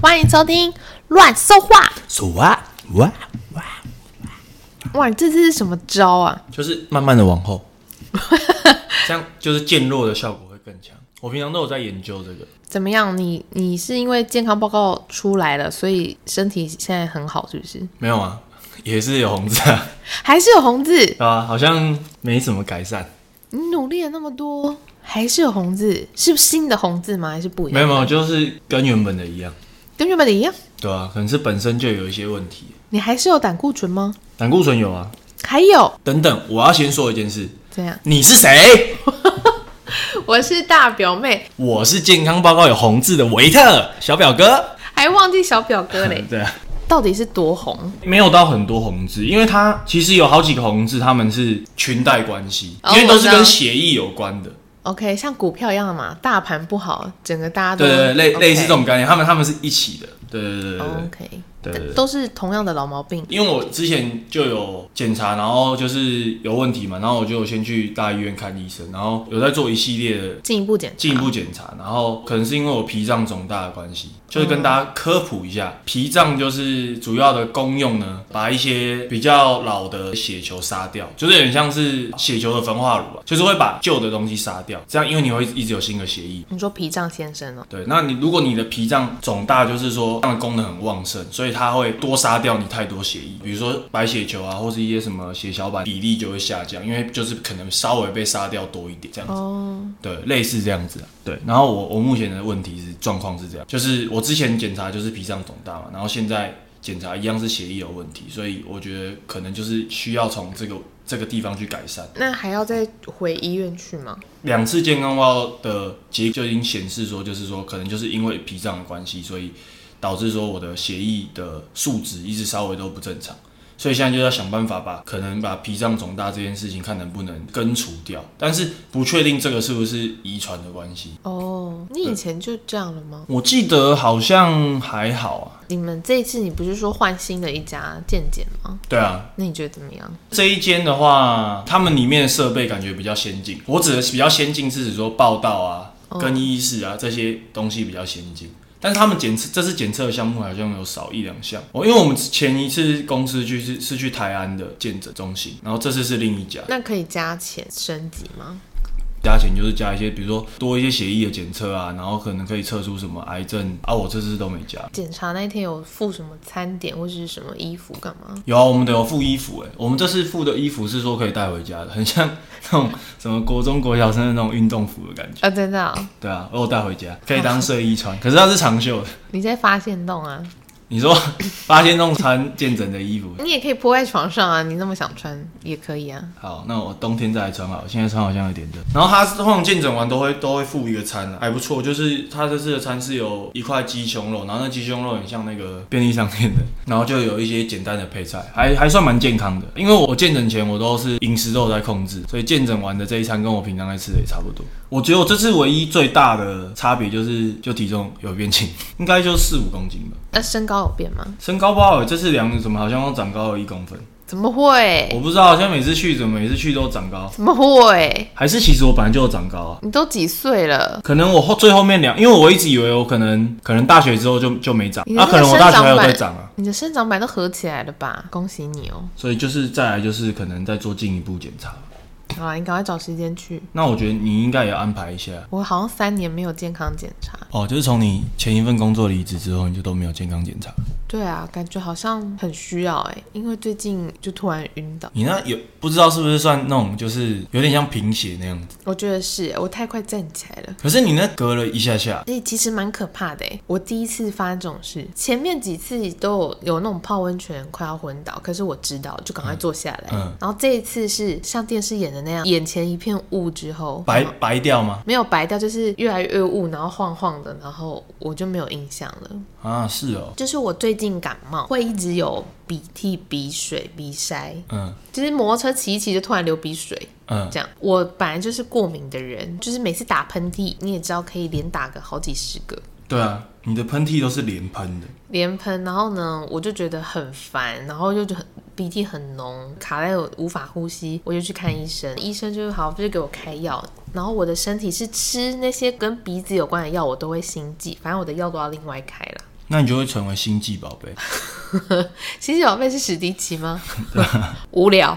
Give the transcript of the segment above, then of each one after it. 欢迎收听《乱说话》。手哇哇哇，哇，这次是什么招啊？就是慢慢的往后，这样就是渐弱的效果会更强。我平常都有在研究这个，怎么样？你你是因为健康报告出来了，所以身体现在很好，是不是？没有啊，也是有红字啊，还是有红字？对啊，好像没什么改善。你努力了那么多，还是有红字？是新的红字吗？还是不一没样？有没有，就是跟原本的一样，跟原本的一样。对啊，可能是本身就有一些问题。你还是有胆固醇吗？胆固醇有啊，还有等等，我要先说一件事，怎样？你是谁？我是大表妹，我是健康报告有红字的维特小表哥。。还忘记小表哥嘞对啊。 到底是多红？没有到很多红字，因为它其实有好几个红字，他们是裙带关系，哦因为都我是知道嗯跟协议有关的， OK，像股票一样的嘛，大盘不好，整个大家都对对对，类 OK 哦类似这种概念，他们他们是一起的，对对对对对。 OK，对对对都是同样的老毛病。因为我之前就有检查，然后就是有问题嘛，然后我就有先去大医院看医生，然后有在做一系列的进一步检查，进一步检查，然后可能是因为我脾脏肿大的关系，就是跟大家科普一下，脾脏就是主要的功用呢，把一些比较老的血球杀掉，就是有点像是血球的焚化炉吧，就是会把旧的东西杀掉，这样因为你会一直有新的血液。你说脾脏先生哦，对，那你如果你的脾脏肿大，就是说它的功能很旺盛，所以它会多杀掉你太多血液，比如说白血球啊，或是一些什么血小板比例就会下降，因为就是可能稍微被杀掉多一点这样子。哦，对，类似这样子啊。对，然后我我目前的问题是状况是这样，就是我之前检查就是脾脏肿大嘛，然后现在检查一样是血液有问题，所以我觉得可能就是需要从这个这个地方去改善。那还要再回医院去吗？两次健康报告的结就已经显示说，就是说可能就是因为脾脏的关系，所以导致说我的血液的数值一直稍微都不正常。所以现在就要想办法把可能把脾脏肿大这件事情看能不能根除掉，但是不确定这个是不是遗传的关系。哦，你以前就这样了吗？我记得好像还好啊。你们这一次你不是说换新的一家健检吗？对啊，那你觉得怎么样？这一间的话，他们里面的设备感觉比较先进。我指的比较先进是指说报道啊、更衣室啊这些东西比较先进。但是他们检测这次检测的项目好像有少一两项哦，因为我们前一次公司去是是去台安的健诊中心，然后这次是另一家，那可以加钱升级吗？加钱就是加一些，比如说多一些血液的检测啊，然后可能可以测出什么癌症啊，我这次都没加。检查那一天有附什么餐点或者是什么衣服干嘛？有啊，我们的有附衣服哎、我们这次附的衣服是说可以带回家的，很像那种什么国中国小生的那种运动服的感觉。啊，真的哦、对啊，我有带回家，可以当睡衣穿，可是它是长袖的。你在发现洞啊？你说八仙洞穿见诊的衣服，你也可以铺在床上啊，你那么想穿也可以啊。好，那我冬天再来穿好了，现在穿好像有点热。然后它通常见诊完都会都会附一个餐、啊，还不错，就是它这次的餐是有一块鸡胸肉，然后那鸡胸肉很像那个便利商店的，然后就有一些简单的配菜，还还算蛮健康的。因为我见诊前我都是饮食都有在控制，所以见诊完的这一餐跟我平常在吃的也差不多。我觉得我这次唯一最大的差别就是就体重有变轻，应该就四五公斤吧。那身高有变吗？身高不好，这次量怎么好像都长高了一公分？怎么会？我不知道，好像每次去怎么每次去都长高。怎么会？还是其实我本来就有长高啊。你都几岁了？可能我后最后面两，因为我一直以为我可能可能大学之后就就没长，你的那、那个可能我大学还有在生长啊，你的生长板都合起来了吧？恭喜你哦！所以就是再来就是可能再做进一步检查。好啦，你赶快找时间去。那我觉得你应该也要安排一下我好像三年没有健康检查。哦，就是从你前一份工作离职之后，你就都没有健康检查。对啊，感觉好像很需要哎、因为最近就突然晕倒。你那有不知道是不是算那种就是有点像贫血那样子？我觉得是、欸我太快站起来了。可是你那隔了一下下，哎、其实蛮可怕的哎、我第一次发生这种事，前面几次都有有那种泡温泉快要昏倒，可是我知道就赶快坐下来。嗯然后这一次是像电视演的那样，眼前一片雾之后，白白掉吗？没有白掉，就是越来越雾，然后晃晃的，然后我就没有印象了。啊，是哦，就是我最近感冒，会一直有鼻涕、鼻水、鼻塞，嗯就是摩托车骑一骑就突然流鼻水。嗯，这样，我本来就是过敏的人，就是每次打喷嚏，你也知道可以连打个好几十个，对啊，你的喷嚏都是连喷的。连喷。然后呢，我就觉得很烦，然后就很鼻涕很浓，卡在我无法呼吸，我就去看医生。医生就是好，就是给我开药。然后我的身体是吃那些跟鼻子有关的药，我都会心悸，反正我的药都要另外开了。那你就会成为星际宝贝。 星际宝贝是史迪奇吗？ 无聊。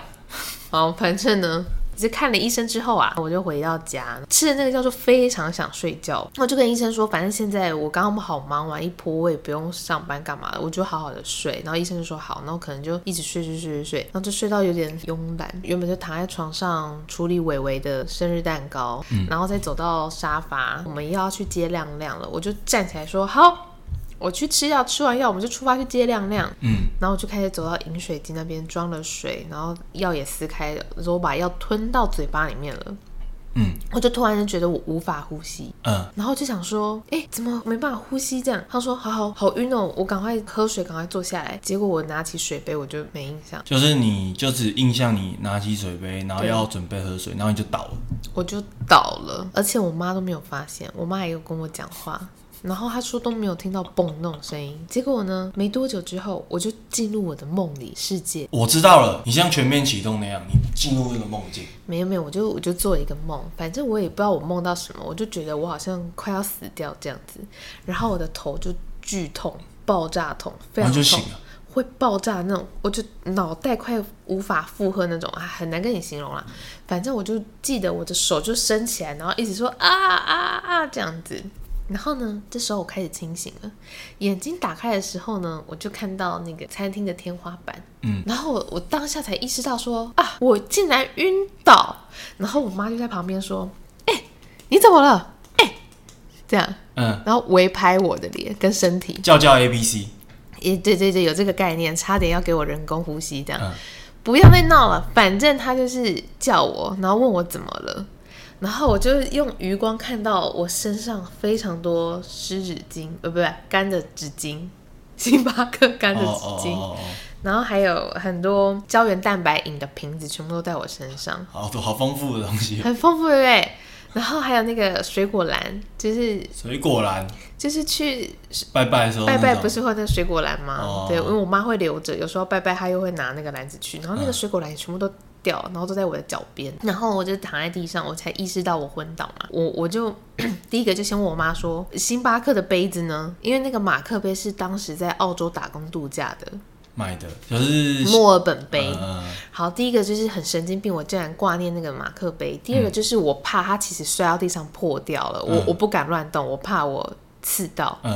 好，反正呢，只是看了医生之后啊，我就回到家，吃了那个叫做非常想睡觉，我就跟医生说，反正现在我刚刚好忙完一波，我也不用上班干嘛的，我就好好的睡。然后医生就说好，那我可能就一直睡睡睡睡睡，然后就睡到有点慵懒，原本就躺在床上处理伟伟的生日蛋糕，然后再走到沙发，我们又要去接亮亮了，我就站起来说好。我去吃药，吃完药我们就出发去接亮亮。嗯，然后我就开始走到饮水机那边装了水，然后药也撕开了，我说我把药吞到嘴巴里面了。嗯，我就突然间觉得我无法呼吸，嗯，然后就想说，哎，怎么没办法呼吸这样？他说，好好好晕哦，我赶快喝水，赶快坐下来。结果我拿起水杯，我就没印象，就是你就只印象你拿起水杯，然后要准备喝水，然后你就倒了。我就倒了，而且我妈都没有发现，我妈也有跟我讲话。然后她说都没有听到嘣那种声音，结果呢，没多久之后我就进入我的梦里世界，我知道了，你像全面启动那样，你进入那个梦境。没有没有，我就我就做了一个梦，反正我也不知道我梦到什么，我就觉得我好像快要死掉这样子，然后我的头就剧痛，爆炸痛，非常哦然后就痛醒了，会爆炸那种，我就脑袋快无法负荷那种啊，很难跟你形容啦。反正我就记得我的手就伸起来，然后一直说啊啊啊这样子。然后呢，这时候我开始清醒了，眼睛打开的时候呢，我就看到那个餐厅的天花板，然后我我当下才意识到说啊，我竟然晕倒。然后我妈就在旁边说：“哎、你怎么了？哎、这样。”嗯，然后围拍我的脸跟身体，叫叫 A B C，也对对对，有这个概念，差点要给我人工呼吸这样。嗯不要再闹了，反正他就是叫我，然后问我怎么了，然后我就用余光看到我身上非常多湿纸巾，呃，不对，干的纸巾， 星巴克干的纸巾。哦，然后还有很多胶原蛋白饮的瓶子，全部都在我身上，好多好丰富的东西， 很丰富，对不对？然后还有那个水果篮，就是水果篮，就是去拜拜的时候哦那拜种，拜不是会有那个水果篮吗？哦对，因为我妈会留着，有时候拜拜她又会拿那个篮子去，然后那个水果篮也全部都掉，然后都在我的脚边，然后我就躺在地上，我才意识到我昏倒嘛，哦我我就 第一个就先问我妈说，星巴克的杯子呢？因为那个马克杯是当时在澳洲打工度假的买的，就是墨尔本杯。嗯嗯好，第一个就是很神经病，我竟然挂念那个马克杯。第二个就是我怕它其实摔到地上破掉了，我嗯我不敢乱动，我怕我刺到。嗯，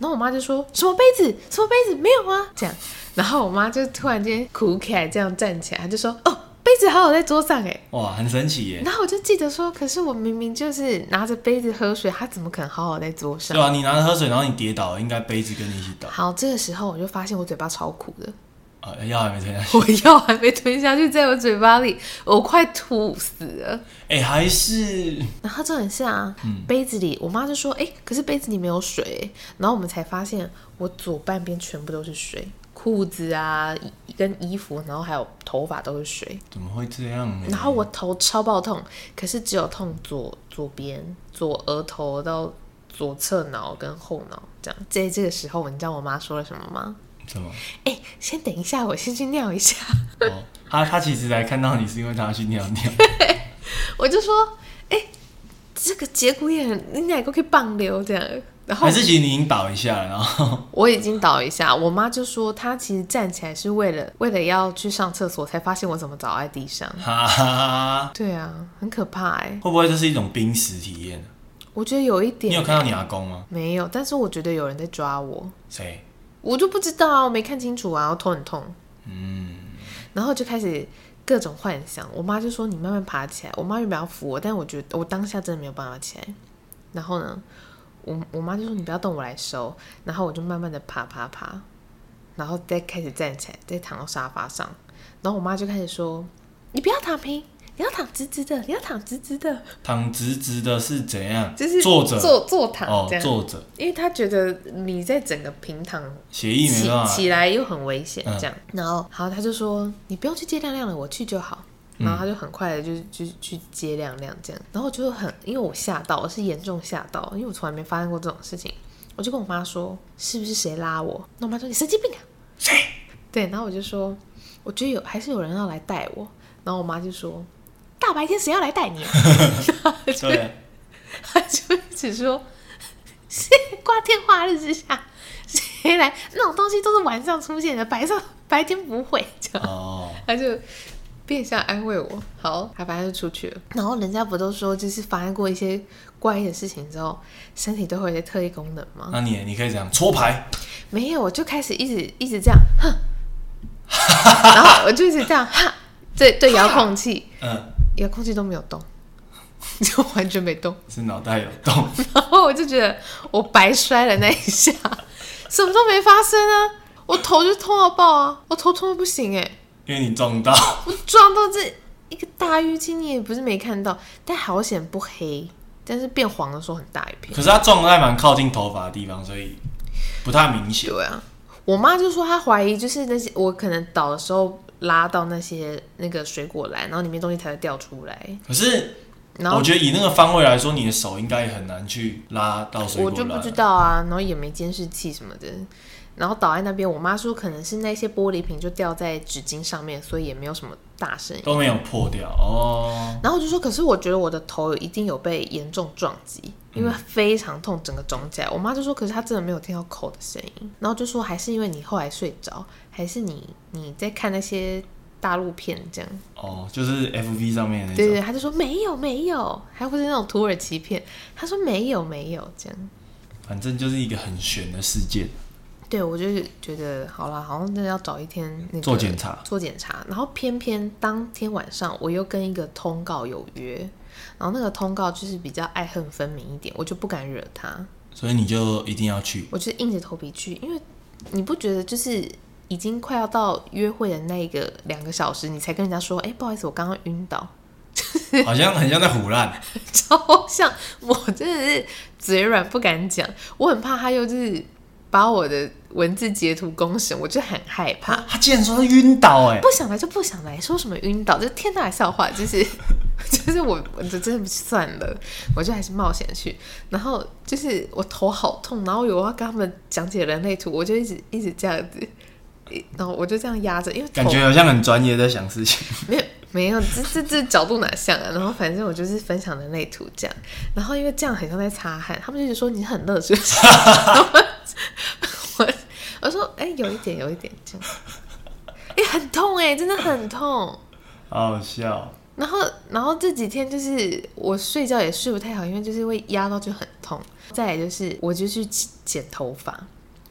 然后我妈就说什么杯子，什么杯子没有啊？这样，然后我妈就突然间哭起来，这样站起来，她就说哦，杯子还有在桌上哎。哇，很神奇耶。然后我就记得说，可是我明明就是拿着杯子喝水，它怎么可能好好在桌上对？啊，你拿着喝水，然后你跌倒，应该杯子跟你一起倒好，这个时候我就发现我嘴巴超苦的， 啊，药还没吞下去。我药还没吞下去，在我嘴巴里，我快吐死了。哎、还是然后重点是啊，杯子里，我妈就说：“哎、可是杯子里没有水欸。”然后我们才发现，我左半边全部都是水，裤子啊、衣跟衣服，然后还有头发都是水。怎么会这样呢？然后我头超爆痛，可是只有痛左左边，左额头到左侧脑跟后脑这样。在这个时候，你知道我妈说了什么吗？怎么？哎、先等一下，我先去尿一下。哦，他他其实来看到你是因为他要去尿尿。我就说：“哎、这个节骨眼，你哪个可以棒流这样？”然后还是其实你已经倒一下了，然后。我已经倒一下，我妈就说她其实站起来是为了为了要去上厕所，才发现我怎么倒在地上哈哈哈，对啊，很可怕哎、会不会这是一种濒死体验？我觉得有一你有点看到你阿公吗？没有，但是我觉得有人在抓我，谁？我就不知道啊，我没看清楚啊，我头很痛。嗯，然后就开始各种幻想。我妈就说你慢慢爬起来，我妈原本要扶我，但我觉得我当下真的没有办法起来。然后呢，我我妈就说你不要动，我来收。然后我就慢慢的爬爬爬，然后再开始站起来，再躺到沙发上。然后我妈就开始说你不要躺平，你要躺直直的，你要躺直直的，躺直直的是怎样？就是坐着坐坐躺哦这，样，坐着，因为她觉得你在整个平躺协议没起办法。起来又很危险嗯，这样。然后，好，他就说你不用去接亮亮了，我去就好。然后他就很快的就就去接亮亮这样。然后我就很，因为我吓到，我是严重吓到，因为我从来没发生过这种事情。我就跟我妈说，是不是谁拉我？那我妈说你神经病啊！谁？ 对，然后我就说，我觉得有还是有人要来带我。然后我妈就说，大白天谁要来带你、啊？对， 他就一直说，是挂电话日之下，谁黑来那种东西都是晚上出现的，白上白天不会这样。哦，他就变相安慰我，好，他反正就出去了。然后人家不都说，就是发生过一些怪异的事情之后，身体都会有一些特异功能吗？那你你可以这样搓牌，没有，我就开始一直一直这样，哼，然后我就一直这样哈，对对，遥控器，嗯，遥控器都没有动， 就完全没动。是脑袋有 洞，然后我就觉得我白摔了那一下， 什么都没发生啊，我头就痛到爆啊，我头痛的不行哎、因为你撞到，我撞到这一个大淤青，你也不是没看到，但好险不黑，但是变黄的时候很大一片。可是它撞的还蛮靠近头发的地方，所以不太明显。对啊，我妈就说她怀疑就是那些我可能倒的时候拉到那些那个水果篮，然后里面东西才会掉出来，可是然我后觉得以那个方位来说，你的手应该也很难去拉到水我果就不篮知。道啊，然后也没监视器什么的。然后倒在那边，我妈说可能是那些玻璃瓶就掉在纸巾上面，所以也没有什么大声音。都没有破掉哦，然后我就说，可是我觉得我的头有一定有被严重撞击，因为非常痛，整个肿起来。我妈就说，可是她真的没有听到口的声音，然后就说还是因为你后来睡着，还是你你在看那些大陆片这样。哦，就是 F V 上面的那对种，对，她就说没有没有，还或是那种土耳其片，她说没有没有这样。反正就是一个很悬的事件。对，我就是觉得好啦，好像真的要找一天那个做检查做检查。然后偏偏当天晚上我又跟一个通告有约，然后那个通告就是比较爱恨分明一点，我就不敢惹他，所以你就一定要去，我就是硬着头皮去，因为你不觉得就是已经快要到约会的那一个两个小时，你才跟人家说，哎，不好意思，我刚刚晕倒， 好像很像在胡乱，超像我真的是嘴软不敢讲，我很怕他又就是把我的文字截图公审，我就很害怕。他竟然说他晕倒、哎，不想来就不想来，说什么晕倒，这天大的笑话，就是 就是我我就真的算了，我就还是冒险去。然后就是我头好痛，然后有要跟他们讲解人类图，我就一直一直这样子，一然后我就这样压着，因为头感觉好像很专业在想事 情。没有没有，这这这角度哪像啊？然后反正我就是分享人类图这样，然后因为这样很像在擦汗，他们就一直说你很热，是不是？我我说哎、有一点有一点这样，哎、很痛哎、真的很痛。好好笑，然后，然后这几天就是我睡觉也睡不太好，因为就是会压到就很痛。再来就是我就去剪剪头发，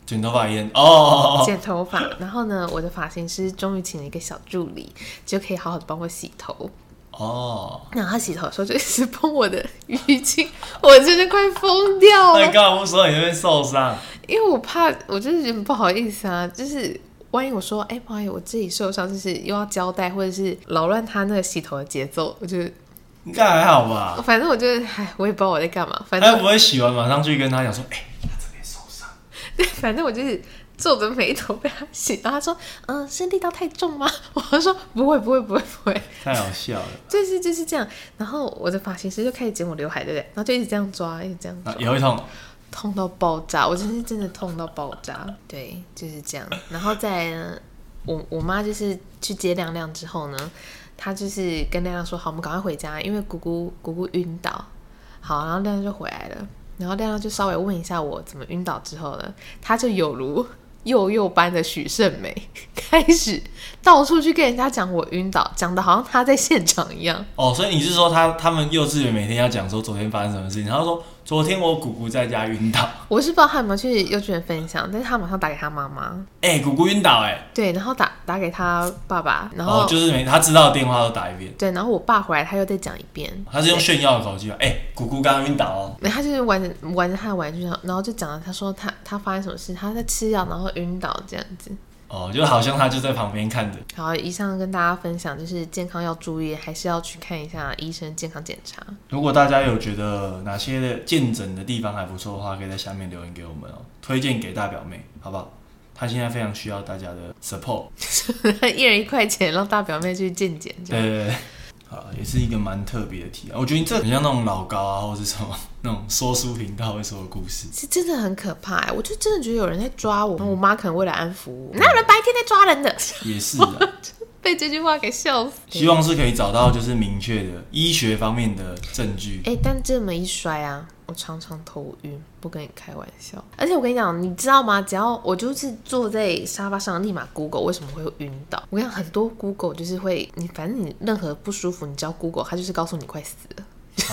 卷头发烟哦哦哦，剪头发。然后呢，我的发型师终于请了一个小助理，就可以好好的帮我洗头。哦，然后他洗头的时候就一直碰我的浴巾，我真的快疯掉哦那了你，干嘛不说你那边受伤？因为我怕，我就是觉得不好意思啊，就是。万一我说，哎、不好意思，我自己受伤，就是又要交代，或者是扰乱他那个洗头的节奏，我就你干还好 吧？反正我就是，哎，我也不知道我在干嘛，反他正又不会洗完马上去跟他讲说，哎、他这边受伤，对， 反正我就是皱着眉头被他洗，然后他说：“嗯、是力道太重吗？” 我说：“不会，不会，不会，不会，太好笑了。就是就是这样。”然后我的发型师就开始剪我刘海，对不对？然后就一直这样抓，一直这样抓啊，，有一桶痛到爆炸，我真是真的痛到爆炸。对，就是这样。然后再来呢我我妈就是去接亮亮之后呢，她就是跟亮亮说：“好，我们赶快回家，因为姑姑姑姑晕倒。”好，然后亮亮就回来了，然后亮亮就稍微问一下我怎么晕倒之后呢，他就有如 幼幼般的许胜美， 开始到处去跟人家讲我晕倒，讲的好像他在现场一样。哦，所以你是说他他们幼稚园每天要讲说昨天发生什么事情？他说昨天我姑姑在家晕倒，我是不知道他有没有去幼稚园分享，但是他马上打给他妈妈，哎、姑姑晕倒、哎，对，然后打打给他爸爸，然后、哦，就是每他知道的电话都打一遍，对，然后我爸回来他又再讲一遍，他是用炫耀的口气吧？哎、姑姑刚刚晕倒哦，没有他就是玩着玩着他的玩具，然后然后就讲了他说他他发生什么事，他在吃药然后晕倒这样子。哦，就好像他就在旁边看着。然后以上跟大家分享就是健康要注意，还是要去看一下医生健康检查。 如果大家有觉得哪些的见诊的地方还不错的话，可以在下面留言给我们哦，推荐给大表妹，好不好？她现在非常需要大家的 support。一人一块钱让大表妹去健检这对样。对对对，好，也是一个蛮特别的题啊。我觉得这很像那种老高啊，或者是什么那种说书频道会说的故 事。是真的很可怕、欸，我就真的觉得有人在抓我。我妈可能为了安抚我，哪有人白天在抓人的？ 也是 啊，被这句话给笑死。希望是可以找到就是明确的医学方面的证据。 哎、但这么一摔啊，我常常头晕，不跟你开玩笑。而且我跟你讲，你知道吗？只要我就是坐在沙发上，立马 Google 为什么会晕倒。我跟你讲，很多 Google 就是会，你反正你任何不舒服，你只要 Google，它就是告诉你快死了。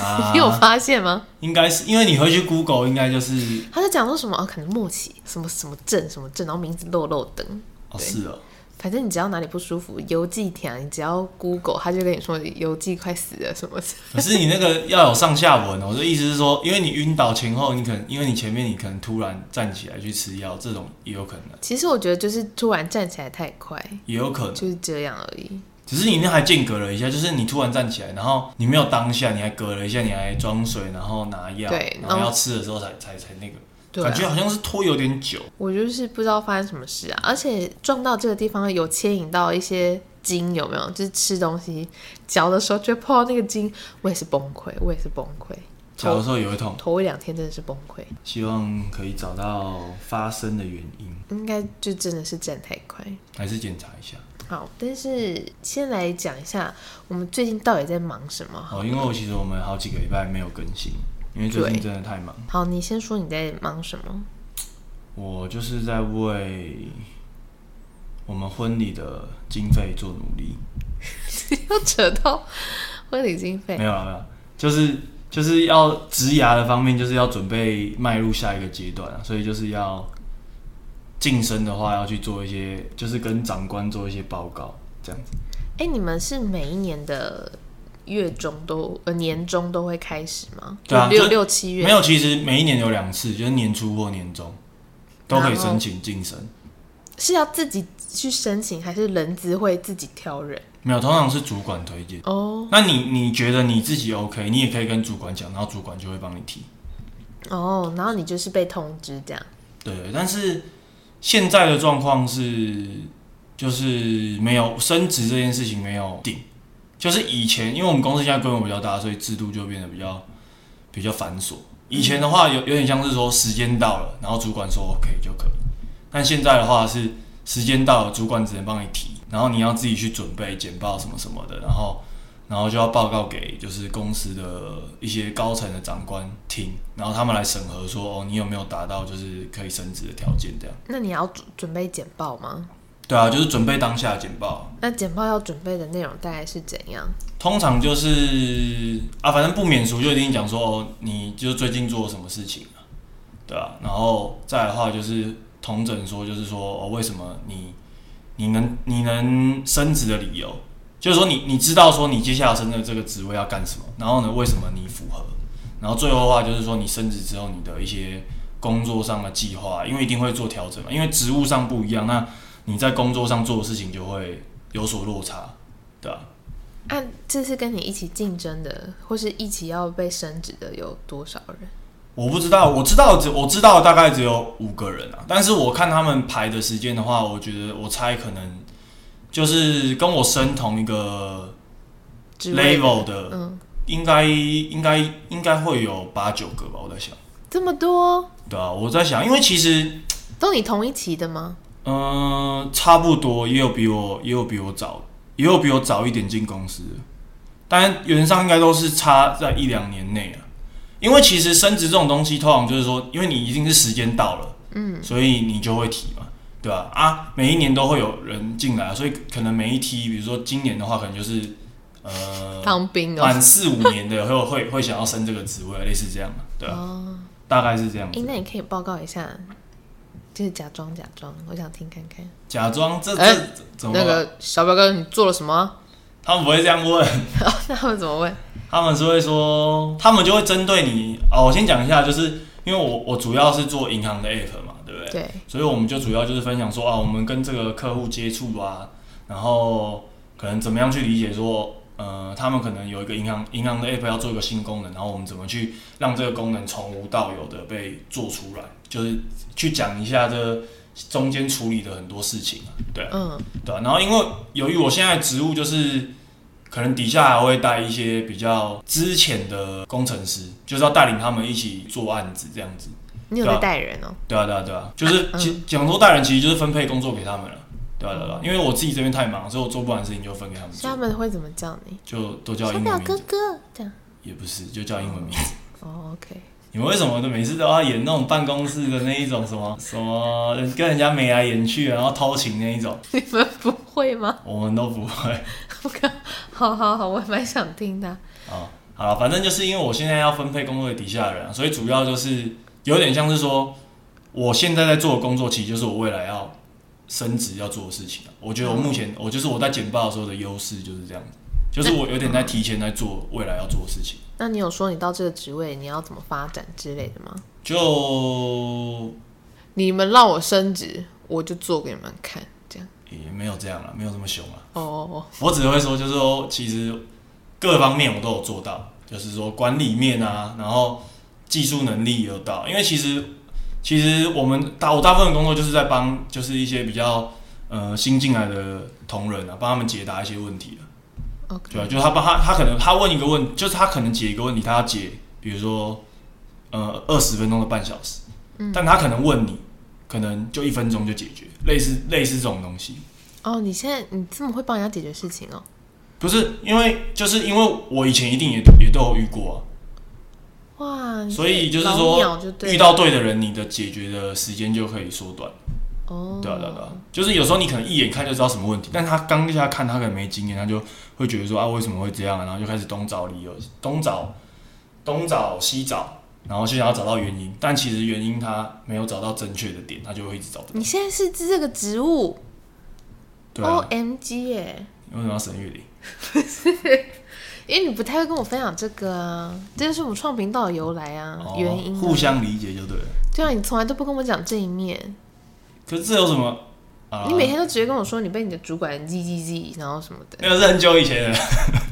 啊 你有发现吗？应该是因为你回去 Google，应该就是他就讲说什么啊，可能末期什么什么症什么症，然后名字漏漏等。哦是哦，反正你只要哪里不舒服，邮寄填，啊你只要 Google，他就跟你说邮寄快死了什么之类的 可是你那个要有上下文哦。我的意思是说，因为你晕倒前后，你可能因为你前面你可能突然站起来去吃药，这种也有可能，其实我觉得就是突然站起来太快，也有可能。就是这样而已。只是你那还间隔了一下，就是你突然站起来，然后你没有当下，你还隔了一下，你还装水，然后拿药，对然后然后要吃的时候才才才那个，对、感觉啊，好像是拖有点久。我就是不知道发生什么事啊，而且撞到这个地方有牵引到一些筋，有没有？就是吃东西嚼的时候就会碰到那个筋，我也是崩溃，我也是崩溃，小的时候也会痛，头一两天真的是崩溃，希望可以找到发生的原因，应该就真的是站太快。还是检查一下。好，但是先来讲一下我们最近到底在忙什么。哦，因为我其实我们好几个礼拜没有更新，因为最近真的太忙。好，你先说你在忙什么？ 我就是在为我们婚礼的经费做努力。又扯到婚礼经费没。有了，没有啦，就是就是要植牙的方面，就是要准备迈入下一个阶段啊，所以就是要晋升的话，要去做一些，就是跟长官做一些报告，这样子。哎、你们是每一年的月中都呃年中都会开始吗？对啊就六就六七没月。有，其实每一年有两次，就是年初或年终都可以申请晋升。是要自己去申请，还是人资会自己挑人？没有，通常是主管推荐。哦那你你觉得你自己 OK，你也可以跟主管讲，然后主管就会帮你提。哦，然后你就是被通知这样。对，但是现在的状况是，就是没有升职这件事情没有定，就是以前因为我们公司现在规模比较大，所以制度就变得比较比较繁琐。以前的话有有点像是说时间到了，然后主管说 OK 就可以，但现在的话是时间到了，主管只能帮你提，然后你要自己去准备简报什么什么的，然后然后就要报告给就是公司的一些高层的长官听，然后他们来审核说哦你有没有达到就是可以升职的条件这样。那你要准准备简报吗？对啊，就是准备当下的简报，那简报要准备的内容大概是怎样？通常就是啊，反正不免俗就一定讲说哦，你就是最近做了什么事情啊，对啊，然后再来的话就是同整说，就是说哦，为什么你你能你能升职的理由，就是说你你知道说你接下来升的这个职位要干什么，然后呢，为什么你符合，然后最后的话就是说你升职之后你的一些工作上的计划，因为一定会做调整嘛，因为职务上不一样，那你在工作上做的事情就会有所落差，对啊。按、这次跟你一起竞争的，或是一起要被升职的有多少人？我不知道，我知道只我知道大概只有五个人啊，但是我看他们排的时间的话，我觉得我猜可能就是跟我升同一个职位 level 的，嗯，应该应该应该会有八九个吧，我在想。这么多，对啊，我在想，因为其实都你同一期的吗？嗯、呃差不多也有比我也有比我早，也有比我早一点进公司的，当然原则上应该都是差在一两年内啊。因为其实升职这种东西，通常就是说，因为你一定是时间到了。嗯，所以你就会提嘛，对吧、啊？每一年都会有人进来，所以可能每一梯，比如说今年的话，可能就是呃，当兵哦。满四五年的会会会想要升这个职位，类似这样嘛，对啊，哦。大概是这样哎、子。那你可以报告一下，就是假装假装，我想听看看。假装这哎这怎么那办？个小表哥，你做了什么啊？他们不会这样问， 那他们怎么问？他们是会说，他们就会针对你哦。我先讲一下，就是因为我我主要是做银行的 app 嘛，对不对？对，所以我们就主要就是分享说啊，我们跟这个客户接触啊，然后可能怎么样去理解说，呃，他们可能有一个银行银行的 app 要做一个新功能，然后我们怎么去让这个功能从无到有的被做出来，就是去讲一下这中间处理的很多事情啊，对啊嗯，对啊然后因为由于我现在的职务就是。可能底下还会带一些比较之前的工程师，就是要带领他们一起做案子这样子。你有对啊在带人哦、对啊，对啊，对啊，就是嗯其讲说大人其实就是分配工作给他们了，对啊，对啊对啊，因为我自己这边太忙，所以我做不完的事情就分给他们所以他做，们会怎么叫你？就都叫小英表文名哥字，哥这样。也不是，就叫英文名字，哦，OK， 你们为什么都每次都要演那种办公室的那一种什么什么跟人家眉来眼去，然后偷情那一种？你们不会吗？ 我们都不会啊我看，好好好，我也蛮想听的。。好啊好了，反正就是因为我现在要分配工作给底下的人啊、所以主要就是有点像是说，我现在在做的工作其实就是我未来要升职要做的事情啊。我觉得我目前我就是我在简报的时候的优势就是这样子，就是我有点在提前在做未来要做的事情。那你有说你到这个职位你要怎么发展之类的吗？就你们让我升职，我就做给你们看，这样。也没有这样了，没有这么凶啊了。哦，我只会说，就是说，其实各方面我都有做到，就是说管理面啊，然后技术能力也有到。因为其实其实我们大我大部分的工作就是在帮，就是一些比较呃新进来的同仁啊，帮他们解答一些问题啊。 OK 对啊，就是他帮他他可能他问一个问，就是他可能解一个问题，他要解，比如说呃二十分钟到半小时，但他可能问你，可能就一分钟就解决，类似类似这种东西。哦，你现在你这么会帮人家解决事情哦？不是因为，就是因为我以前一定也也都有遇过、哇，啊，你所以就是老鸟说就对了遇到对的人，你的解决的时间就可以缩短。哦，对啊，对啊，对啊，就是有时候你可能一眼看就知道什么问题，但他刚下看他可能没经验，他就会觉得说啊为什么会这样、啊，然后就开始东找理由，东找东找西找，然后就想要找到原因，但其实原因他没有找到正确的点，他就会一直找不到你。现在是这个职务对哦啊， ，OMG 耶！为什么要省月龄？因为你不太会跟我分享这个啊，这就是我们创频道的由来啊，哦原因啊、互相理解就对了。对啊，你从来都不跟我讲这一面，可是这有什么？啊你，每天都直接跟我说你被你的主管叽叽叽，然后什么 的，那个是很久以前的。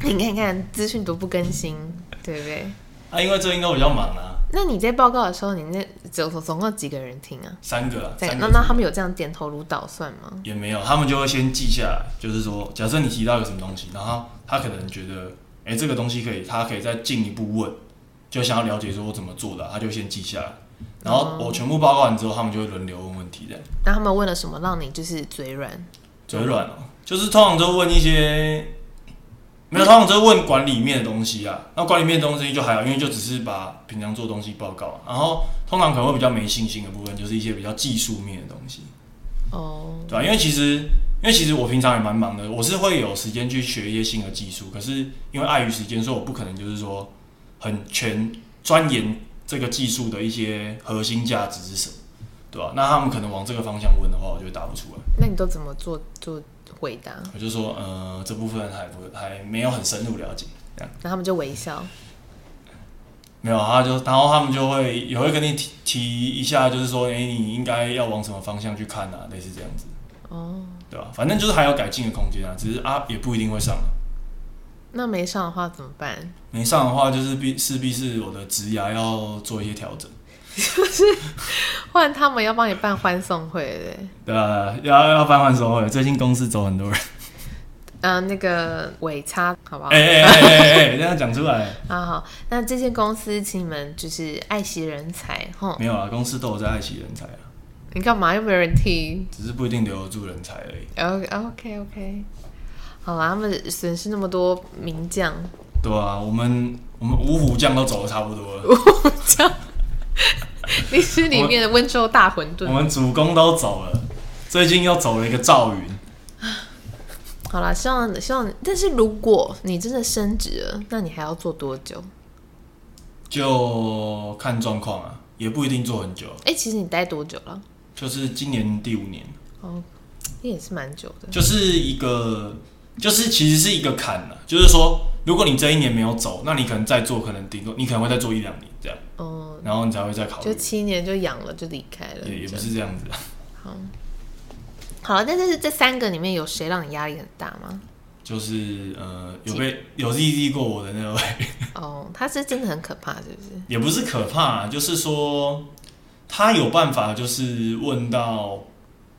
你看看资讯多不更新，对不对？啊，因为最近都比较忙啊，那你在报告的时候，你那总总总共几个人听啊？三个啊，在三那个那他们有这样点头如捣蒜吗？也没有，他们就会先记下来，就是说，假设你提到一个什么东西，然后他可能觉得，哎、这个东西可以，他可以再进一步问，就想要了解说我怎么做的啊、他就先记下来，然哦后我全部报告完之后，他们就会轮流问问题这样。那他们问了什么让你就是嘴软？嘴软哦，就是通常就问一些，没有，通常就问管理面的东西啊。那管理面的东西就还好，因为就只是把平常做东西报告啊、然后通常可能会比较没信心的部分，就是一些比较技术面的东西。哦，对啊，因为其实因为其实我平常也蛮忙的，我是会有时间去学一些新的技术，可是因为碍于时间，所以我不可能就是说很全钻研这个技术的一些核心价值是什么，对吧、那他们可能往这个方向问的话，我就会答不出来。那你都怎么做做回答？我就说，呃，这部分还不还没有很深入了解，这样然后他们就微笑。没有，啊他就然后他们就会也会跟你提提一下，就是说，哎、你应该要往什么方向去看啊，类似这样子，哦，对吧、反正就是还有改进的空间啊，只是啊也不一定会上啊。那没上的话怎么办？没上的话，就是必势必是我的职涯要做一些调整，换他们要帮你办欢送会对不对？对啊，要要翻换手会。最近公司走很多人，嗯、那个尾差，好不好？哎哎哎哎哎，这样讲出来啊好，那这间公司请你们就是爱惜人才，吼，没有啊？公司都有在爱惜人才啊，你干嘛又没有人听只是不一定留得住人才而已， ？OK OK OK，好啦，他们损失那么多名将， 对啊，我们我们五虎将都走的差不多了。这样，你是里面的温州大馄我饨。们主攻都走了，最近又走了一个赵云，好啦，希望希望，但是如果你真的升职了，那你还要做多久？就看状况啊，也不一定做很久，哎、其实你待多久了？就是今年第五年，哦，那也是蛮久的。就是一个，就是其实是一个坎了、就是说，如果你这一年没有走，那你可能再做，可能顶多你可能会再做一两年这样，哦，然后你才会再考就虑，七年就养了，就离开了。也也不这样是这样子、啊，好了，但是这三个里面有谁让你压力很大吗？就是呃，有被有 ZZ 过我的那位，哦，他是真的很可怕，是不是？ 也不是可怕啊、就是说他有办法，就是问到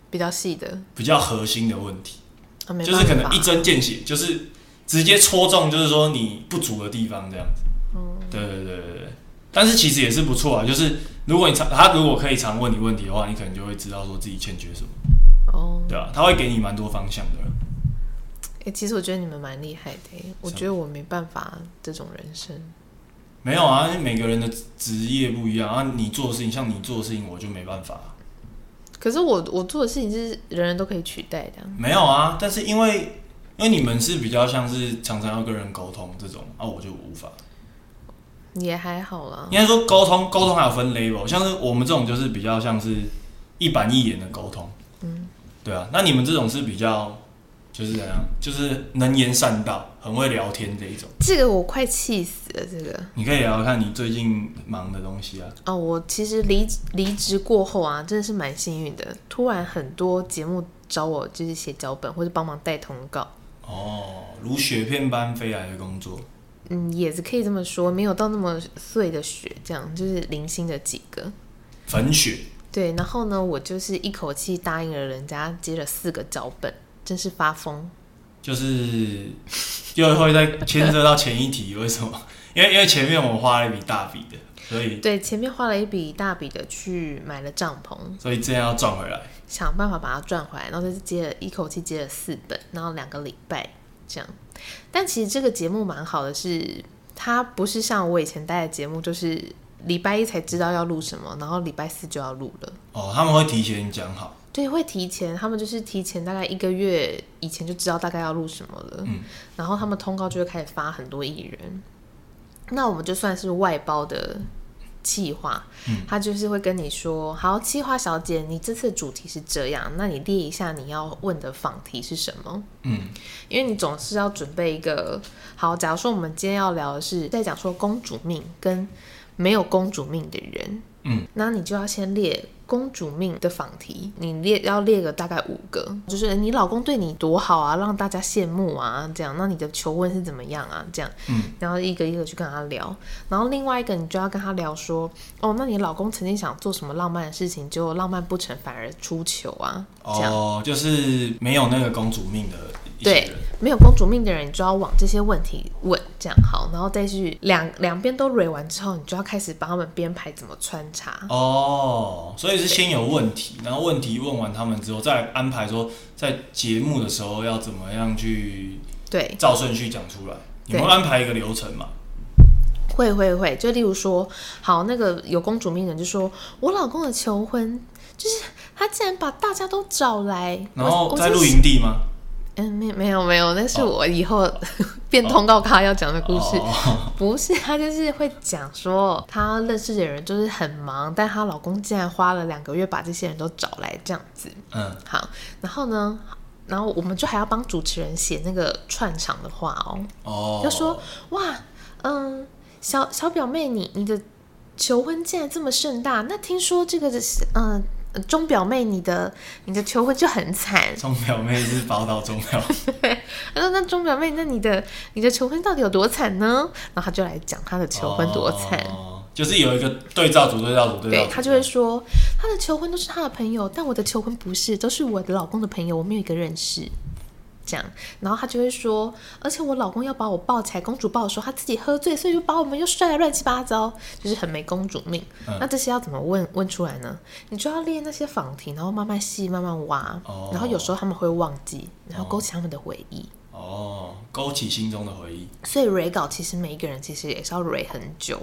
比较细的，比较核心的问题。啊，没就是可办能法一针见血，就是直接戳中，就是说你不足的地方这样子。嗯对对对对对。但是其实也是不错啊，就是如果你常他如果可以常问你问题的话，你可能就会知道说自己欠缺什么，哦。对啊，他会给你蛮多方向的。哎、其实我觉得你们蛮厉害的欸，我什么觉得我没办法这种人生，没有啊，因为每个人的职业不一样啊，你做的事情像你做的事情，我就没办法。可是我我做的事情是人人都可以取代的啊，没有啊，但是因为因为你们是比较像是常常要跟人沟通这种啊，我就无法。也还好啦。应该说沟通，沟通还有分 level，像是我们这种就是比较像是一板一眼的沟通，嗯，对啊。那你们这种是比较就是怎样，就是能言善道，很会聊天这一种。这个我快气死了，这个。你可以聊聊看你最近忙的东西啊。哦，我其实离离职过后啊，真的是蛮幸运的。突然很多节目找我，就是写脚本或者帮忙带通告，哦，如雪片般飞来的工作，嗯，也是可以这么说，没有到那么碎的雪，这样就是零星的几个。粉雪对，然后呢，我就是一口气答应了人家接了四个脚本，真是发疯。就是 又会再牵涉到前一题，为什么？因为因为前面我们花了一笔大笔的，所以对，前面花了一笔大笔的去买了帐篷，所以这样要赚回来。想办法把它赚回来，然后再接了一口气接了四本，然后两个礼拜这样。但其实这个节目蛮好的是，它不是像我以前待的节目，就是礼拜一才知道要录什么，然后礼拜四就要录了。哦，他们会提前讲好，对，会提前，他们就是提前大概一个月以前就知道大概要录什么了，嗯然后他们通告就会开始发很多艺人，那我们就算是外包的企划，他就是会跟你说，好，企划小姐，你这次的主题是这样，那你列一下你要问的访题是什么，嗯，因为你总是要准备一个好。假如说我们今天要聊的是在讲说公主命跟没有公主命的人，嗯，那你就要先列公主命的访题，你列要列个大概五个，就是哎诶你老公对你多好啊，让大家羡慕啊，这样，那你的求婚是怎么样啊，这样，嗯，然后一个一个去跟他聊，然后另外一个你就要跟他聊说，哦，那你老公曾经想做什么浪漫的事情，结果浪漫不成，反而出糗啊，这样。哦，就是没有那个公主命的一些对人，，没有公主命的人，你就要往这些问题问，这样好，然后再去两两边都蕊完之后，你就要开始帮他们编排怎么穿插。哦，所以是先有问题，然后问题问完他们之后，再来安排说在节目的时候要怎么样去对，照顺序讲出来。你们对会安排一个流程嘛？会会会，就例如说，好，那个有公主命的人就说，我老公的求婚就是他竟然把大家都找来，然我后我在真露是营地吗？嗯，没没有没有，那是我以后、变通告咖要讲的故事。哦，不是，她就是会讲说，她认识的人就是很忙，但她老公竟然花了两个月把这些人都找来这样子。嗯，好，然后呢，然后我们就还要帮主持人写那个串场的话哦，哦，就说哇，嗯，小小表妹你你的求婚竟然这么盛大，那听说这个嗯、呃钟表妹你的你的求婚就很惨，钟表妹是宝岛钟表，那那钟表妹，那你的你的求婚到底有多惨呢？然后他就来讲他的 求婚多惨。哦，就是有一个对照组，对照组，对照对组，他就会说，他的求婚都是他的朋友，但我的求婚不是，都是我的老公的朋友，我没有一个认识。这样，然后他就会说，而且我老公要把我抱起来，公主抱的时候，他自己喝醉，所以就把我们又摔得乱七八糟，就是很没公主命。嗯那这些要怎么问问出来呢？你就要列那些仿题，然后慢慢细慢慢挖，哦然后有时候他们会忘记，然后勾起他们的回忆。哦，勾起心中的回忆，所以 re 稿其实每一个人其实也是要 re 很久，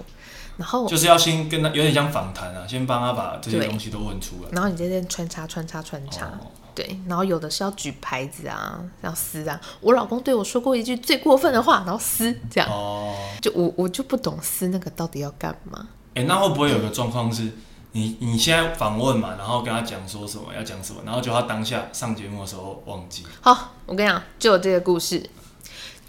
然后就是要先跟他有点像访谈啊，先帮他把这些对东西都问出来。然后你在这边穿插穿插穿插，哦对，然后有的是要举牌子啊，要撕啊。我老公对我说过一句最过分的话，然后撕这样，哦，就我我就不懂撕那个到底要干嘛。哎、那会不会有个状况是，你你现在访问嘛，然后跟他讲说什么要讲什么，然后就他当下上节目的时候忘记，好，我跟你讲，就有这个故事，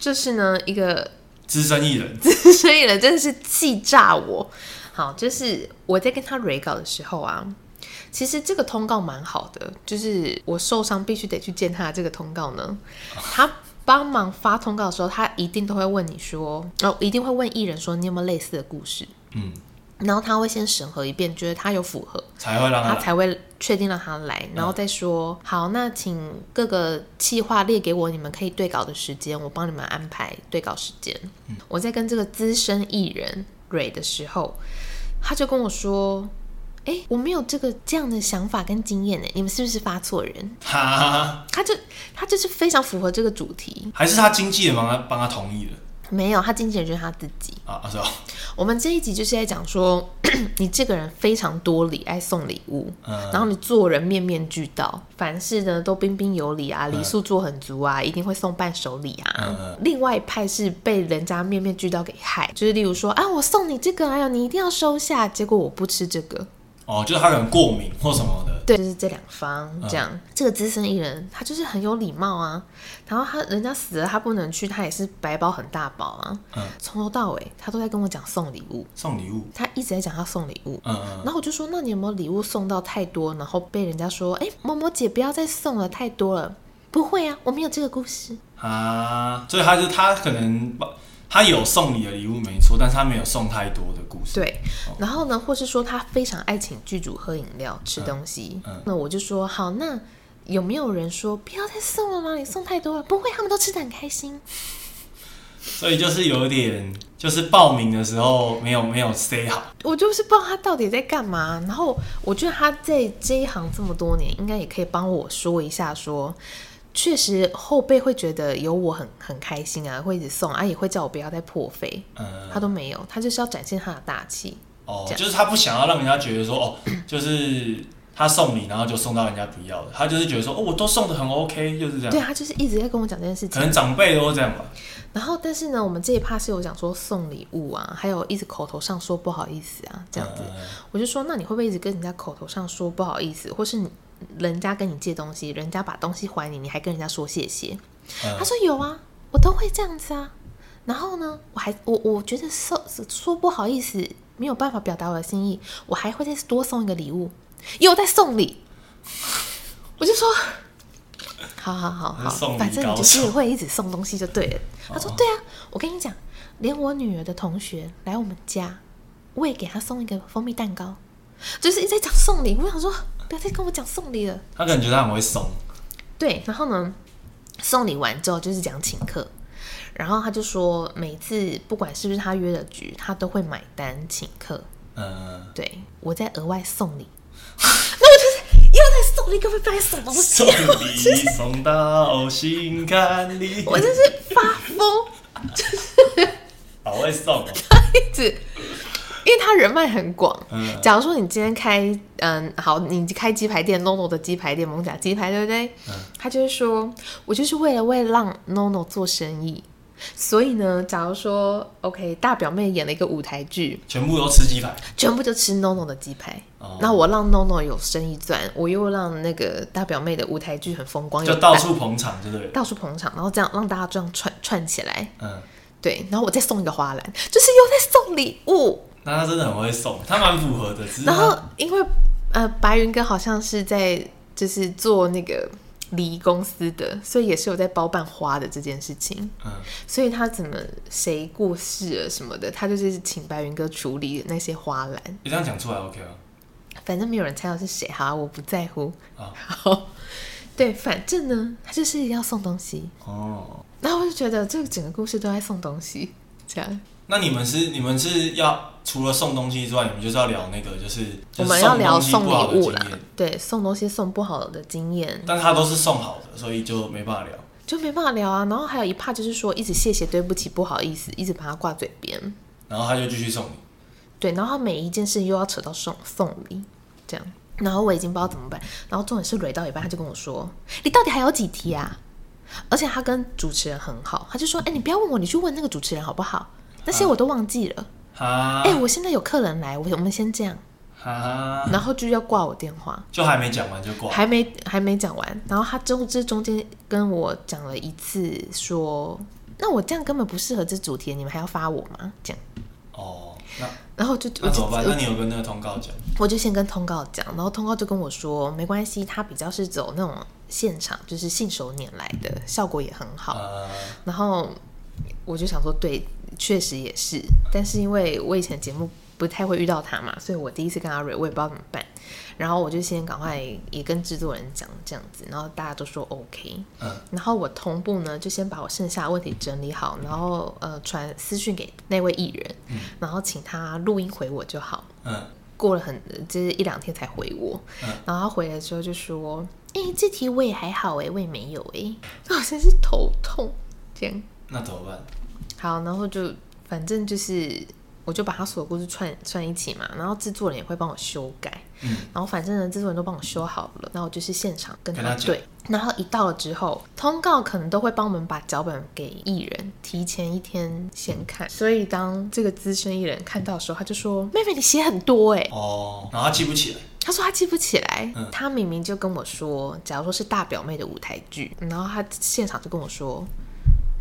就是呢一个资深艺人 所以呢，真的是气炸我。好，就是我在跟他 re 稿的时候啊，其实这个通告蛮好的，就是我受伤必须得去见他的这个通告呢，他帮忙发通告的时候，他一定都会问你说，哦，一定会问艺人说你有没有类似的故事，嗯，然后他会先审核一遍，觉得他有符合，才会让他 他来。才会确定让他来，然后再说、好，那请各个企划列给我你们可以对稿的时间，我帮你们安排对稿时间。我在跟这个资深艺人蕊的时候，他就跟我说：“哎、我没有这个这样的想法跟经验呢，你们是不是发错人他？”他就他就是非常符合这个主题，还是他经纪人帮他帮他同意了？没有，他经纪人就是他自己。啊啊是哦，我们这一集就是在讲说， 你这个人非常多礼，爱送礼物，嗯然后你做人面面俱到，凡事呢都彬彬有礼啊，礼数做很足啊，一定会送伴手礼啊。嗯嗯另外一派是被人家面面俱到给害，就是例如说啊，我送你这个，哎呦你一定要收下，结果我不吃这个。哦，就是他可能过敏或什么的，对，就是这两方嗯这样。这个资深艺人他就是很有礼貌啊，然后他人家死了他不能去，他也是白包很大包啊，嗯从头到尾他都在跟我讲送礼物，送礼物，他一直在讲他送礼物。嗯嗯然后我就说，那你有没有礼物送到太多，然后被人家说，哎，某某姐不要再送了，太多了。不会啊，我没有这个故事。啊，所以他就他可能把他有送你的礼物没错，但是他没有送太多的故事，对，然后呢，或是说他非常爱请剧组喝饮料、吃东西，那我就说好，那有没有人说不要再送了吗？你送太多了，不会，他们都吃的很开心。所以就是有点就是报名的时候没有没有 say 好，我就是不知道他到底在干嘛。然后我觉得他在这一行这么多年，应该也可以帮我说一下说。确实，后辈会觉得有我很很开心啊，会一直送啊，也会叫我不要再破费，嗯，他都没有，他就是要展现他的大气。哦这，样就是他不想要让人家觉得说 哦，就是他送你，然后就送到人家不要的，他就是觉得说哦，我都送的很 OK，就是这对样，他就是一直在跟我讲这件事可情。能长辈都这样吧，然后，但是呢，我们这一趴是有讲说送礼物啊，还有一直口头上说不好意思啊，这样子。嗯我就说，那你会不会一直跟人家口头上说不好意思，或是你人家跟你借东西，人家把东西还你，你还跟人家说谢谢？嗯他说有啊，我都会这样子啊。然后呢，我还我我觉得说说不好意思，没有办法表达我的心意，我还会再多送一个礼物，又在送礼。我就 说，好好好好，送礼反正你高就是手哦会一直送东西就对了。他说对啊，我跟你讲，连我女儿的同学来我们家，我也给她送一个蜂蜜蛋糕，就是一直在讲送礼。我想说，不要再跟我讲送礼了。他可能觉得他很会送，对，然后呢，送礼完之后就是讲请客，然后他就说每次不管是不是他约的局，他都会买单请客。嗯，对我在额外送礼， 那我就是又在送礼，根本不知道在送东西送，礼送到心坎 里，我真是发疯，好会送哦，一直，因为他人脉很广。嗯假如说你今天开，嗯，好，你开鸡排店，NONO 的鸡排店，蒙甲鸡排，对不对？嗯他就会说，我就是为了为了让 NONO 做生意，所以呢，假如说，OK，大表妹演了一个舞台剧，全部都吃鸡排，全部就吃 NONO 的鸡排哦，那、我让 NONO 有生意赚，我又让那个大表妹的舞台剧很风光，就有到大处捧场，对不对？到处捧场，然后这样让大家这样串串起来，嗯，对，然后我再送一个花篮，就是又在送礼物。那他真的很会送，他蛮符合的，只是啊然后他因为呃，白云哥好像是在就是做那个礼仪公司的，所以也是有在包办花的这件事情。嗯，所以他怎么谁过世了什么的，他就是请白云哥处理那些花篮，你这样讲出来 OK 吗？反正没有人猜到是谁，好啊、我不在乎。啊好，对，反正呢，他就是要送东西，哦，然后我就觉得这个整个故事都在送东西，这样。那你们是你们是要除了送东西之外，你们就是要聊那个就是就我是们要聊送送东西不好礼的物经啦验，，对，送东西送不好的经验，但他都是送好的，所以就没办法聊。就没办法聊啊。然后还有一怕就是说一直谢谢、对不起、不好意思，一直把它挂嘴边。然后他就继续送你，对，然后他每一件事又要扯到送送礼，这样。然后我已经不知道怎么办。然后重点是蕊到一半，他就跟我说：“你到底还有几题啊？”而且他跟主持人很好，他就说：“哎、你不要问我，你去问那个主持人好不好？那啊些我都忘记了。哈哎、我现在有客人来，我我们先这样。”哈，然后就要挂我电话，就还没讲完就挂。还没还没讲完。然后他中这中间跟我讲了一次说，那我这样根本不适合这主题，你们还要发我吗？这样，哦，那然后我就我那就怎么办？那我你有跟那个通告讲？我就先跟通告讲，然后通告就跟我说没关系，他比较是走那种现场，就是信手拈来的，效果也很好。呃，然后我就想说，对，确实也是，但是因为我以前节目不太会遇到他嘛，所以我第一次跟阿蕊，我也不知道怎么办。然后我就先赶快也跟制作人讲这样子，然后大家都说 OK。嗯，然后我同步呢，就先把我剩下的问题整理好，然后呃传私讯给那位艺人，然后请他录音回我就好。嗯，过了很就是一两天才回我，嗯然后他回来之后就说：“哎、这题我也还好哎、我也没有哎、那我真是头痛。”这样，那怎么办？好，然后就反正就是，我就把他所有故事串串一起嘛，然后制作人也会帮我修改，嗯然后反正呢，制作人都帮我修好了，然后我就是现场跟跟他他讲对，然后一到了之后，通告可能都会帮我们把脚本给艺人提前一天先看，所以当这个资深艺人看到的时候，他就说：“妹妹，你写很多哎、哦，然后他记不起来，他说他记不起来，他明明就跟我说，假如说是大表妹的舞台剧，然后他现场就跟我说，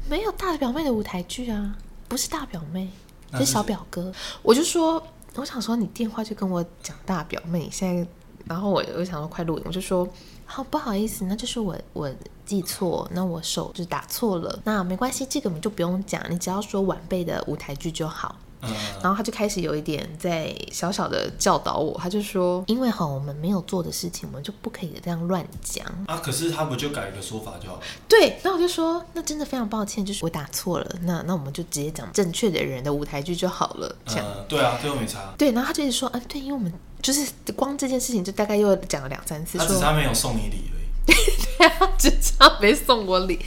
没有大表妹的舞台剧啊，不是大表妹，那是是小谁表哥。我就说，我想说你电话就跟我讲大表妹，你现在，然后我我想说快录影，我就说。好，不好意思，那就是我我记错，那我手就打错了，那没关系，这个我们就不用讲，你只要说晚辈的舞台剧就好。嗯，然后他就开始有一点在小小的教导我，他就说，因为哈我们没有做的事情，我们就不可以这样乱讲。啊，可是他不就改一个说法就好了？对，然后我就说，那真的非常抱歉，就是我打错了，那那我们就直接讲正确的人的舞台剧就好了，这样。嗯，对啊，最后没差，对，然后他就一直说，嗯、对，因为我们就是光这件事情就大概又讲了两三次，他只说是他没有送你礼而已。他只差没送我礼。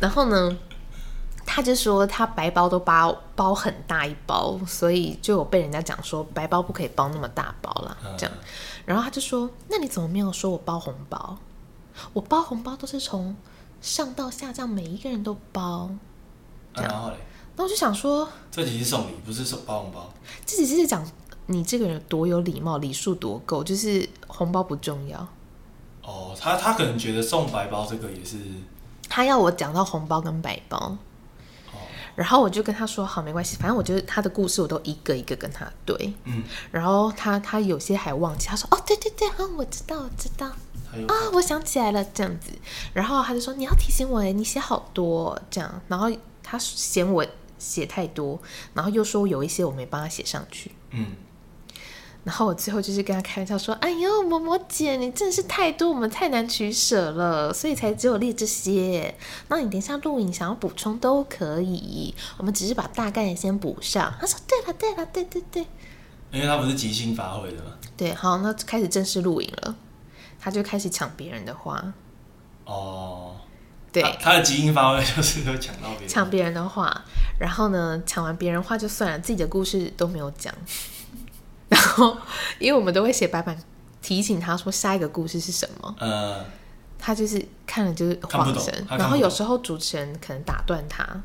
然后呢，他就说他白包都包包很大一包，所以就有被人家讲说白包不可以包那么大包啦，这样。然后他就说：“那你怎么没有说我包红包？我包红包都是从上到下这样每一个人都包。啊然后嘞，”那我就想说，这集是送礼，不是送包红包。这只是讲你这个人有多有礼貌，礼数多够，就是红包不重要。哦，他他可能觉得送白包这个也是，他要我讲到红包跟白包，哦，然后我就跟他说好，没关系，反正我就是他的故事，我都一个一个跟他对。嗯，然后他他有些还忘记，他说哦，对对对，啊，我知道，我知道啊、他有我想起来了，这样子。然后他就说你要提醒我哎，你写好多哦这样。然后他嫌我写太多，然后又说有一些我没帮他写上去。嗯，然后我最后就是跟他开玩笑说：“哎呦，嬷嬷姐，你真的是太多，我们太难取舍了，所以才只有列这些。那你等一下录影想要补充都可以，我们只是把大概的先补上。”他说：“对了，对了，对对对因为他不是即兴发挥的嘛。对，好，那开始正式录影了。”他就开始抢别人的话，哦，对，他他的即兴发挥就是会抢到别人。抢别人的话，然后呢，抢完别人话就算了，自己的故事都没有讲。 然后，因为我们都会写白板提醒他说下一个故事是什么。呃，他就是看了就是看不晃懂神他看，不然后有懂时候主持人可能打断他，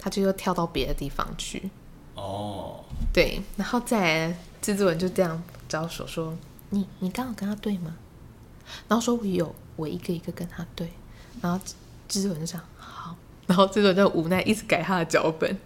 他就又跳到别的地方去。哦，对，然后再来制作人就这样招手说：“你你刚好跟他对吗？”然后说：“我有，我一个一个跟他对。”然后制制作人就这样好，然后制作人就无奈一直改他的脚啊本。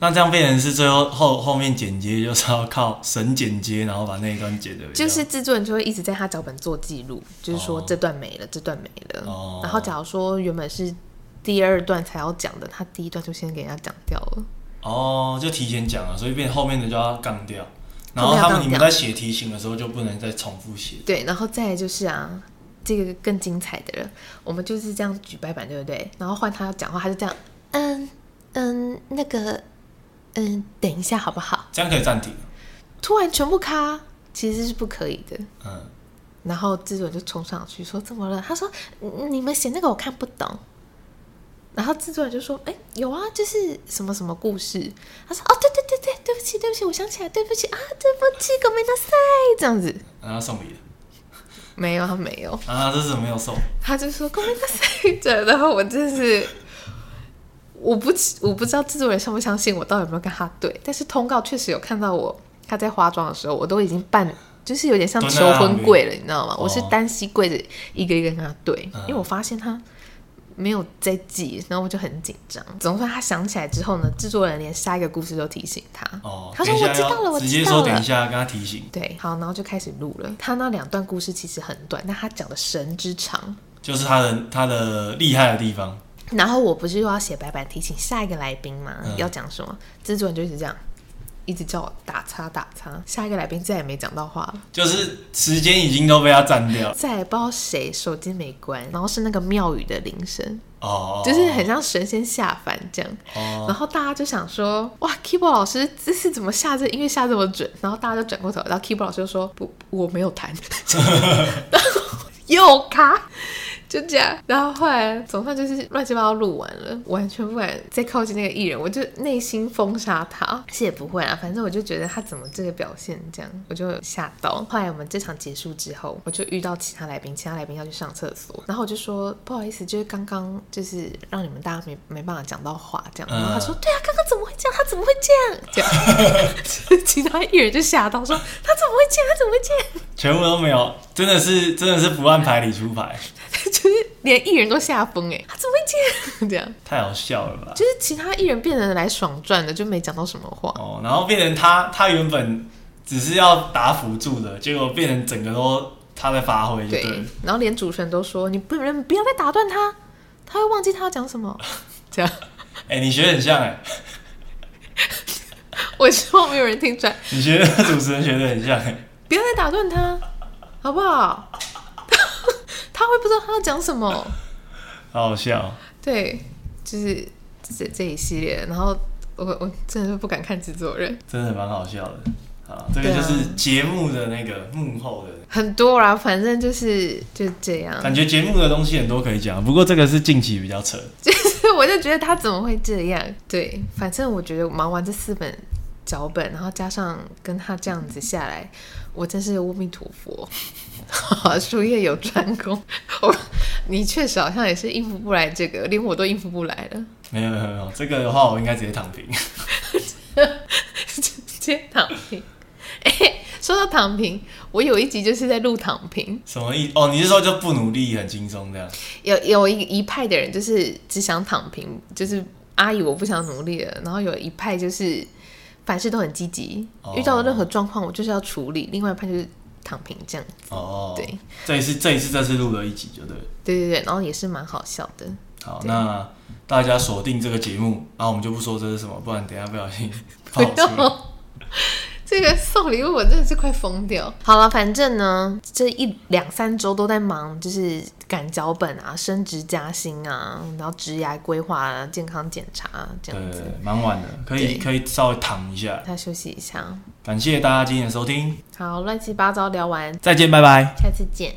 那这样变成是最后后后面剪接就是要靠神剪接，然后把那一段剪的。就是制作人就会一直在他脚本做记录，就是说哦这段没了，这段没了。哦然后假如说原本是第二段才要讲的，他第一段就先给人家讲掉了。哦，就提前讲了，所以变后面的就要杠掉。然后后面要他杠掉们你们在写题型的时候就不能再重复写。对，然后再来就是啊，这个更精彩的了，我们就是这样举白板，对不对？然后换他讲话，他就这样，嗯嗯，那个，嗯，等一下好不好？这样可以暂停。突然全部卡，其实是不可以的。嗯，然后制作人就冲上去说：“怎么了？”他说：“嗯你们写那个我看不懂。”然后制作人就说：“哎、有啊，就是什么什么故事。”他说：“哦，对对对对，对不起对不起，我想起来，对不起啊，对不起，ごめんなさい。”这样子然后送礼了，没有，他没有。啊，这是没有送。他就说“ごめんなさい”， 对，然后我真是，我不知我不知道制作人相不相信我到底有没有跟他对，但是通告确实有看到我他在化妆的时候，我都已经扮就是有点像蹲在求那婚边跪了，你知道吗？哦我是单膝跪着一个一个跟他对，嗯因为我发现他。没有在记，然后我就很紧张。总算他想起来之后呢，制作人连下一个故事都提醒他。哦，他说：“等一我下知道了，要我直知接道说了。等一下跟他提醒，对，好，然后就开始录了。他那两段故事其实很短，但他讲的神之长。就是他的他的厉害的地方。然后我不是又要写白板提醒下一个来宾吗？嗯要讲什么？制作人就一直这样，一直叫我打叉打叉。下一个来宾再也没讲到话了，就是时间已经都被他占掉了。再也不知道谁手机没关，然后是那个庙宇的铃声，哦，就是很像神仙下凡这样。哦，然后大家就想说，哇，keyboard 老师这次怎么下这音乐下这么准？然后大家就转过头，然 后 keyboard 老师就说不，我没有弹，然后又卡，就这样。然后后来总算就是乱七八糟录完了，完全不敢再靠近那个艺人，我就内心封杀他。是也不会啊，反正我就觉得他怎么这个表现这样，我就吓到。后来我们这场结束之后，我就遇到其他来宾，其他来宾要去上厕所，然后我就说不好意思，就是刚刚就是让你们大家没没办法讲到话这样。然后他说对啊，刚刚怎么会这样？他怎么会这样？这样，其 他艺人就吓到说他怎么会这样？他怎么会这样？全部都没有，真的是真的是不按牌理出牌， 就是连艺人都吓疯哎，他怎么 会这样？这样太好笑了吧？就是其他艺人变成来爽赚的，就没讲到什么话。哦，然后变成他他原本只是要打辅助的，结果变成整个都他在发挥，对对了，然后连主持人都说你不能不要再打断他，他会忘记他要讲什么。 这样，哎、你学得很像哎、我希望没有人听出来，你学得主持人学得很像哎、不要再打断他，好不好？ 他会不知道他要讲什么。好好笑哦。对，就是这这一系列，然后我我真的是不敢看制作人，真的蛮好笑的。啊，这个对啊就是节目的那个幕后的，很多啦，反正就是就这样。感觉节目的东西很多可以讲，不过这个是近期比较扯。所以 我就觉得他怎么会这样？对，反正我觉得忙完这四本脚本，然后加上跟他这样子下来，我真是阿弥陀佛， 术业有专攻。我你确实好像也是应付不来这个，连我都应付不来了， 没有没有没有，这个的话我应该直接躺平。 直接躺平。哎、说到躺平，我有一集就是在录躺平，什么意？哦，你是说就不努力，很轻松这样？有有一一派的人就是只想躺平，就是阿姨我不想努力了，然后有一派就是凡事都很积极，哦遇到任何状况我就是要处理，另外一派就是躺平这样。哦，对，这一次这一次这次录了一集就对了。对对对，然后也是蛮好笑的。好，那大家锁定这个节目，然、后我们就不说这是什么，不然等一下不小 心不跑出来。要， 这个送礼物我真的是快疯掉。好了，反正呢，这一两三周都在忙，就是赶脚本啊、升职加薪啊，然后职涯规划啊、健康检查啊这对样对子。对，蛮晚的，可以对可以稍微躺一下。他休息一下。感谢大家今天的收听，好，乱七八糟聊完，再见，拜拜。下次见。